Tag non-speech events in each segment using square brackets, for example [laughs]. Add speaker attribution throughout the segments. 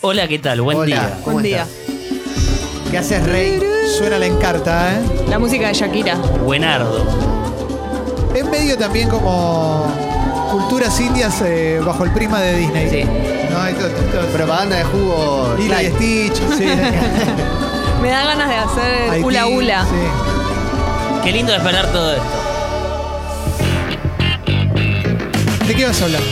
Speaker 1: Hola, ¿qué tal? Buen
Speaker 2: Hola,
Speaker 1: día.
Speaker 2: ¿cómo
Speaker 3: Buen día.
Speaker 2: estás? ¿Qué haces, Rey? Suena la encarta, ¿eh?
Speaker 3: La música de Shakira.
Speaker 1: Buenardo.
Speaker 2: Es medio también como culturas indias eh, bajo el prisma de Disney.
Speaker 3: Sí.
Speaker 2: No, esto, esto es
Speaker 4: Propaganda de jugo.
Speaker 2: Lilo y
Speaker 4: light.
Speaker 2: Stitch,
Speaker 4: [laughs]
Speaker 2: sí.
Speaker 3: Me da ganas de hacer
Speaker 2: Haití,
Speaker 3: hula hula.
Speaker 2: sí.
Speaker 1: Qué lindo esperar todo esto.
Speaker 2: ¿De qué vas a hablar?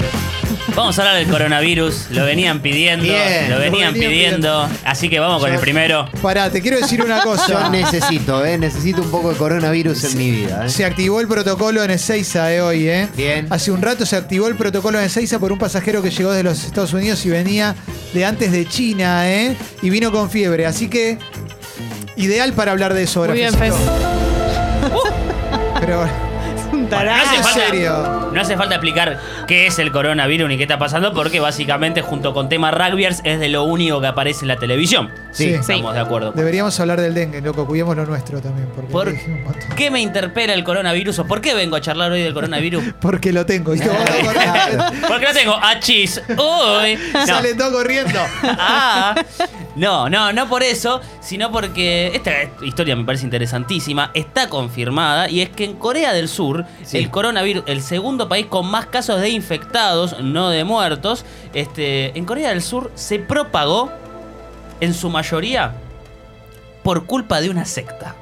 Speaker 1: Vamos a hablar del coronavirus. Lo venían pidiendo.
Speaker 4: Bien,
Speaker 1: lo venían
Speaker 2: lo venían
Speaker 1: pidiendo. Así que vamos con el primero.
Speaker 2: Pará, te quiero decir una
Speaker 4: Yo
Speaker 2: cosa.
Speaker 4: necesito, ¿eh? Necesito un poco de coronavirus en mi vida, ¿eh?
Speaker 2: Se activó el protocolo en Ezeiza de hoy, ¿eh?
Speaker 4: Bien.
Speaker 2: Hace un rato se activó el protocolo en Ezeiza por un pasajero que llegó de los Estados Unidos y venía de antes de China, ¿eh? Y vino con fiebre. Así que, ideal para hablar de eso ahora.
Speaker 3: Muy bien,
Speaker 2: Fecito.
Speaker 3: Fez.
Speaker 2: Pero bueno.
Speaker 3: Un
Speaker 1: No
Speaker 3: tarado.
Speaker 1: hace,
Speaker 2: ¿en
Speaker 1: falta,
Speaker 2: serio?
Speaker 1: no hace falta explicar qué es el coronavirus ni qué está pasando, porque básicamente, junto con tema rugbyers, es de lo único que aparece en la televisión.
Speaker 2: Sí.
Speaker 1: Estamos
Speaker 3: Sí.
Speaker 1: de acuerdo.
Speaker 2: Deberíamos hablar del dengue, loco, cuidemos lo nuestro también, porque
Speaker 1: ¿Por
Speaker 2: le dijimos un montón.
Speaker 1: qué me interpela el coronavirus o por qué vengo a charlar hoy del
Speaker 2: [laughs]
Speaker 1: coronavirus? [laughs]
Speaker 2: Porque lo tengo. Y todo
Speaker 4: Claro.
Speaker 2: corriendo.
Speaker 1: Porque no tengo a chis. Uy. No.
Speaker 2: Salen todos corriendo.
Speaker 1: Ah. No, no, no por eso, sino porque esta historia me parece interesantísima, está confirmada y es que en Corea del Sur el coronavirus, el segundo país con más casos de infectados, no de muertos, este, en Corea del Sur se propagó en su mayoría por culpa de una secta.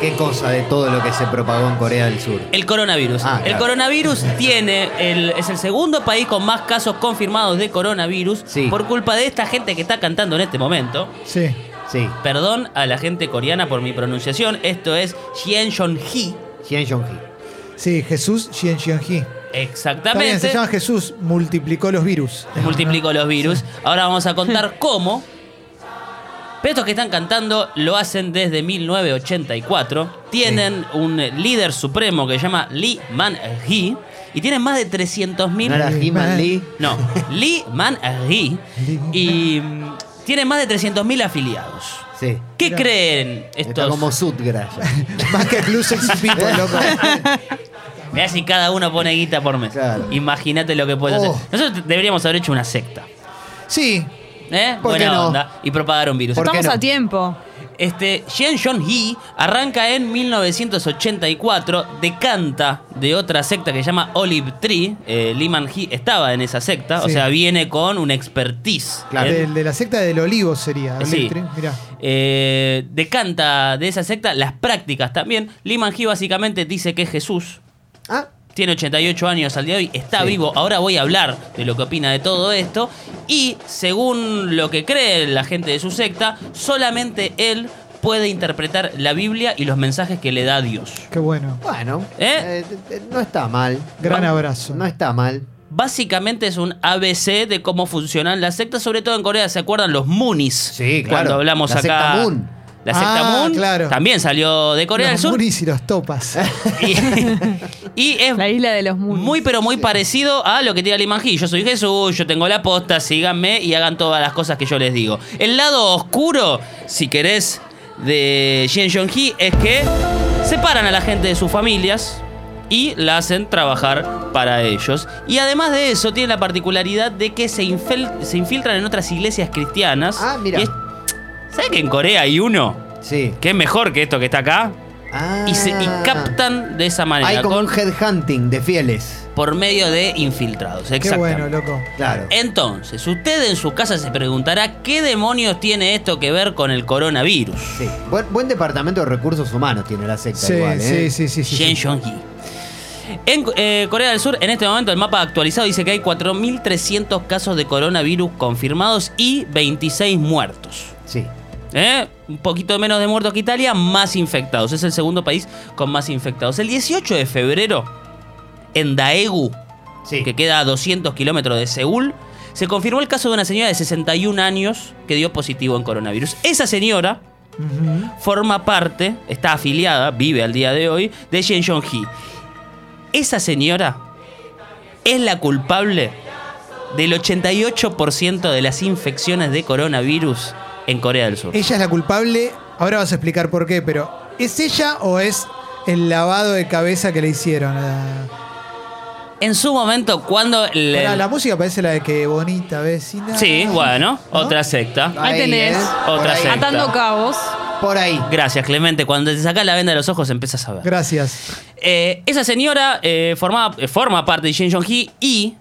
Speaker 4: Qué cosa de todo lo que se propagó en Corea del Sur.
Speaker 1: El coronavirus.
Speaker 4: Ah,
Speaker 1: El
Speaker 4: claro.
Speaker 1: coronavirus tiene el, es el segundo país con más casos confirmados de coronavirus
Speaker 4: Sí.
Speaker 1: por culpa de esta gente que está cantando en este momento.
Speaker 2: Sí.
Speaker 4: Sí.
Speaker 1: Perdón a la gente coreana por mi pronunciación. Esto es Hien Jong-hee.
Speaker 4: Jian Jong-hee.
Speaker 2: Sí, Jesús Xian Xian Ji. Está bien, se
Speaker 1: Exactamente.
Speaker 2: llama Jesús, multiplicó los virus.
Speaker 1: Multiplicó los virus. Ahora vamos a
Speaker 2: [laughs]
Speaker 1: contar cómo. Pero estos que están cantando lo hacen desde 1984. Tienen un líder supremo que se llama Lee Man-hee. Y tienen más de 300.000
Speaker 4: ¿No era He-Man Lee?
Speaker 2: [laughs]
Speaker 1: No, Lee Man Ri. Y mm, tiene más de 300.000 afiliados.
Speaker 4: Sí.
Speaker 1: ¿Qué
Speaker 2: Mirá.
Speaker 1: creen
Speaker 4: Está como
Speaker 1: estos?
Speaker 2: [laughs]
Speaker 4: Sutgrass.
Speaker 2: Más que Club Sexy People, loco.
Speaker 1: Mirá si cada uno pone guita por mes.
Speaker 4: Claro.
Speaker 1: Imagínate lo que puede hacer.
Speaker 2: Oh.
Speaker 1: Nosotros deberíamos haber hecho una secta.
Speaker 2: Sí,
Speaker 1: ¿Eh?
Speaker 4: ¿Por qué
Speaker 1: Buena
Speaker 4: no?
Speaker 1: onda. Y propagar un virus.
Speaker 4: ¿Por qué
Speaker 3: Estamos
Speaker 4: no?
Speaker 3: a tiempo.
Speaker 1: Este, Shen John Hee arranca en 1984, decanta de otra secta que se llama Olive Tree. Eh, Lee Man Hee estaba en esa secta, o
Speaker 2: Sí.
Speaker 1: sea, viene con un expertise. ¿eh?
Speaker 4: Claro.
Speaker 1: en-
Speaker 2: del- de, la secta del olivo sería.
Speaker 1: Sí.
Speaker 2: Electri- Mirá.
Speaker 1: Eh, decanta de esa secta las prácticas también. Liman G básicamente dice que es Jesús.
Speaker 4: Ah,
Speaker 1: Tiene 88 años al día de hoy, está vivo. Ahora voy a hablar de lo que opina de todo esto. Y según lo que cree la gente de su secta, solamente él puede interpretar la Biblia y los mensajes que le da Dios.
Speaker 2: Qué bueno.
Speaker 4: bueno.
Speaker 1: ¿Eh?
Speaker 4: Eh, eh, no está mal.
Speaker 2: Gran abrazo.
Speaker 4: No está mal.
Speaker 1: Básicamente es un ABC de cómo funcionan las sectas, sobre todo en Corea. ¿Se acuerdan los Moonies?
Speaker 4: Sí, claro.
Speaker 1: Cuando hablamos
Speaker 4: La
Speaker 1: acá.
Speaker 4: secta Moon.
Speaker 1: La secta
Speaker 2: Ah,
Speaker 1: Moon
Speaker 2: claro.
Speaker 1: también salió de Corea del
Speaker 2: los
Speaker 1: Sur.
Speaker 2: Moonies y los topas.
Speaker 1: [laughs] Y, y es
Speaker 3: La isla de los mundos.
Speaker 1: muy, pero muy parecido a lo que tiene Limanji. Yo soy Jesús, yo tengo la posta, síganme y hagan todas las cosas que yo les digo. El lado oscuro, si querés, de Shen Jong-hee es que separan a la gente de sus familias y la hacen trabajar para ellos. Y además de eso, tiene la particularidad de que se, infel- se infiltran en otras iglesias cristianas.
Speaker 4: Ah, mira.
Speaker 1: Y es- ¿Sabés que en Corea hay uno
Speaker 4: Sí.
Speaker 1: que es mejor que esto que está acá?
Speaker 4: Ah.
Speaker 1: y, se, y captan de esa manera,
Speaker 4: Hay como
Speaker 1: con-
Speaker 4: un headhunting de fieles.
Speaker 1: por medio de infiltrados.
Speaker 2: Qué
Speaker 1: Exactamente.
Speaker 2: bueno, loco.
Speaker 4: Claro.
Speaker 1: Eh. Entonces, usted en su casa se preguntará qué demonios tiene esto que ver con el coronavirus.
Speaker 4: Sí. Buen, buen departamento de recursos humanos tiene la secta
Speaker 2: Sí,
Speaker 4: igual, ¿eh?
Speaker 2: sí, sí, sí, sí,
Speaker 1: Shen
Speaker 2: sí.
Speaker 1: Yong-hee. En eh, Corea del Sur, en este momento, el mapa actualizado dice que hay 4.300 casos de coronavirus confirmados y 26 muertos.
Speaker 4: Sí.
Speaker 1: ¿Eh? Un poquito menos de muertos que Italia, más infectados. Es el segundo país con más infectados. El 18 de febrero, en Daegu,
Speaker 4: Sí.
Speaker 1: que queda a 200 kilómetros de Seúl, se confirmó el caso de una señora de 61 años que dio positivo en coronavirus. Esa señora
Speaker 2: Ujú.
Speaker 1: forma parte, está afiliada, vive al día de hoy, de Shen Jong-hee. Esa señora es la culpable del 88% de las infecciones de coronavirus en Corea del Sur.
Speaker 2: Ella es la culpable. Ahora vas a explicar por qué, pero ¿es ella o es el lavado de cabeza que le hicieron? a-
Speaker 1: en su momento cuando... le-
Speaker 2: Pará, la música parece la de que bonita vecina.
Speaker 1: Sí, bueno,
Speaker 2: ¿No?
Speaker 1: otra secta.
Speaker 3: Ahí tenés.
Speaker 4: Por
Speaker 1: ¿eh? Otra
Speaker 4: ahí.
Speaker 1: secta.
Speaker 3: Atando cabos.
Speaker 4: Por ahí.
Speaker 1: Gracias, Clemente. Cuando te sacas la venda de los ojos empiezas a ver.
Speaker 2: Gracias.
Speaker 1: Eh, esa señora eh, formaba- eh, forma parte de Shin Jong-hee y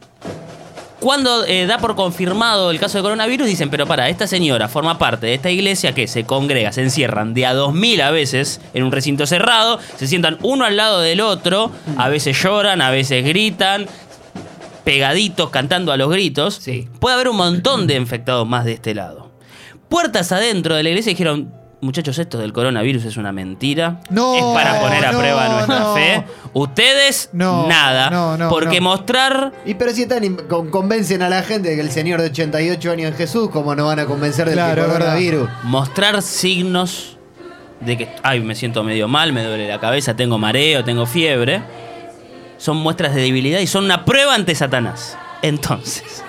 Speaker 1: cuando eh, da por confirmado el caso de coronavirus, dicen, pero para, esta señora forma parte de esta iglesia que se congrega, se encierran de a 2.000 a veces en un recinto cerrado, se sientan uno al lado del otro, a veces lloran, a veces gritan, pegaditos, cantando a los gritos.
Speaker 4: Sí.
Speaker 1: Puede haber un montón de infectados más de este lado. Puertas adentro de la iglesia dijeron, muchachos, esto del coronavirus es una mentira.
Speaker 2: No,
Speaker 1: es para poner a
Speaker 2: no,
Speaker 1: prueba nuestra
Speaker 2: no.
Speaker 1: fe. Ustedes,
Speaker 2: No,
Speaker 1: nada.
Speaker 2: no, no,
Speaker 1: porque
Speaker 2: no.
Speaker 1: mostrar
Speaker 4: Y pero si están in- con- convencen a la gente de que el señor de 88 años es Jesús, ¿cómo no van a convencer del
Speaker 2: Claro,
Speaker 4: que
Speaker 2: es verdad.
Speaker 4: coronavirus?
Speaker 1: mostrar signos de que, ay, me siento medio mal, me duele la cabeza, tengo mareo, tengo fiebre, son muestras de debilidad y son una prueba ante Satanás. Entonces,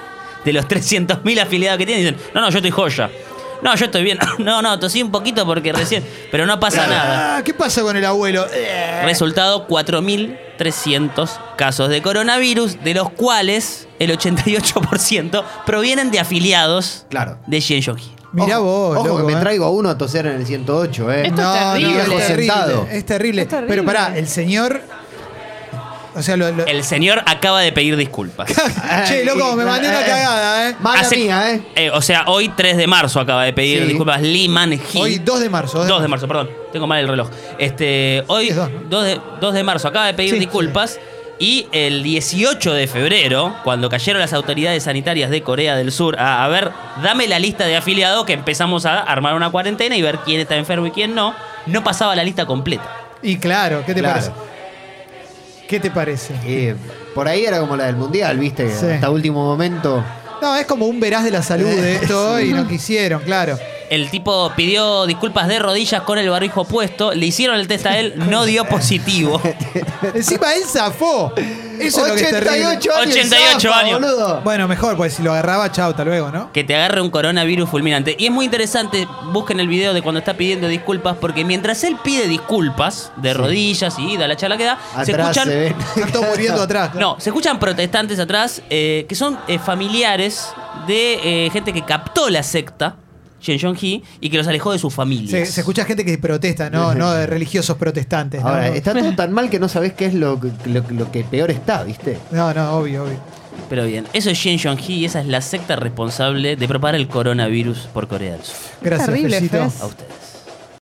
Speaker 1: de los 300.000 afiliados que tienen, dicen, no, no, yo estoy joya. No, yo estoy bien. [coughs] No, no, tosí un poquito porque recién, pero no pasa nada.
Speaker 2: Ah, ¿Qué pasa con el abuelo? Eh.
Speaker 1: Resultado 4.300 casos de coronavirus, de los cuales el 88% provienen de afiliados
Speaker 4: Claro.
Speaker 1: de Shinjoki.
Speaker 2: Mirá
Speaker 4: Ojo-
Speaker 2: vos,
Speaker 4: Ojo,
Speaker 2: loco,
Speaker 4: que
Speaker 2: eh.
Speaker 4: me traigo a uno a toser en el 108, ¿eh?
Speaker 3: Esto- es terrible.
Speaker 2: es,
Speaker 4: Sentado.
Speaker 2: terrible es terrible.
Speaker 3: Es terrible.
Speaker 2: Pero pará, el señor. O sea, lo. lo-
Speaker 1: El señor acaba de pedir disculpas.
Speaker 2: Che, loco, me mandé una
Speaker 4: Eh, eh.
Speaker 2: cagada, eh.
Speaker 4: [laughs] Mala
Speaker 1: Hace-
Speaker 4: mía, ¿eh?
Speaker 1: Eh, o sea, hoy 3 de marzo acaba de pedir
Speaker 4: Sí.
Speaker 1: disculpas Liman Hill.
Speaker 2: Hoy 2 de marzo.
Speaker 1: 2 de marzo, perdón. Tengo mal el reloj. Este, hoy
Speaker 2: Es
Speaker 1: 2,
Speaker 2: dos, ¿no?
Speaker 1: de, 2 de marzo acaba de pedir
Speaker 2: Sí,
Speaker 1: disculpas. Y el 18 de febrero, cuando cayeron las autoridades sanitarias de Corea del Sur, a, a ver, dame la lista de afiliados que empezamos a armar una cuarentena y ver quién está enfermo y quién no, no pasaba la lista completa.
Speaker 2: Y claro, ¿qué te
Speaker 4: Claro.
Speaker 2: parece? ¿Qué te parece?
Speaker 4: Eh, por ahí era como la del mundial, ¿viste?
Speaker 2: Sí.
Speaker 4: Hasta último momento.
Speaker 2: No, es como un veraz de la salud de esto y no quisieron, claro.
Speaker 1: El tipo pidió disculpas de rodillas con el barbijo puesto, le hicieron el test a
Speaker 2: [laughs]
Speaker 1: él, no dio positivo.
Speaker 2: Encima él zafó. Eso es lo que es terrible.
Speaker 4: 88 años.
Speaker 1: 88
Speaker 4: zafa,
Speaker 1: años.
Speaker 4: boludo.
Speaker 2: Bueno, mejor, pues si lo agarraba, chao, hasta luego, ¿no?
Speaker 1: Que te agarre un coronavirus fulminante. Y es muy interesante, busquen el video de cuando está pidiendo disculpas, porque mientras él pide disculpas, de rodillas y da la charla que da, se
Speaker 4: Atrás
Speaker 1: escuchan.
Speaker 4: se ven.
Speaker 2: Están todos muriendo atrás.
Speaker 1: No, se escuchan protestantes atrás eh, que son eh, familiares de eh, gente que captó la secta, Shen Jong-hee, y que los alejó de sus
Speaker 2: Se,
Speaker 1: familias.
Speaker 2: se escucha gente que protesta, no, no de religiosos protestantes.
Speaker 4: Ahora,
Speaker 2: no,
Speaker 4: está todo tan mal que no sabés qué es lo, que- lo- lo que peor está, ¿viste?
Speaker 2: no, no, obvio, obvio.
Speaker 1: Pero bien, eso es Shen Jong-hee y esa es la secta responsable de propagar el coronavirus por Corea del Sur.
Speaker 2: Gracias,
Speaker 3: Terrible,
Speaker 2: Fecito.
Speaker 3: Fez.
Speaker 1: A ustedes.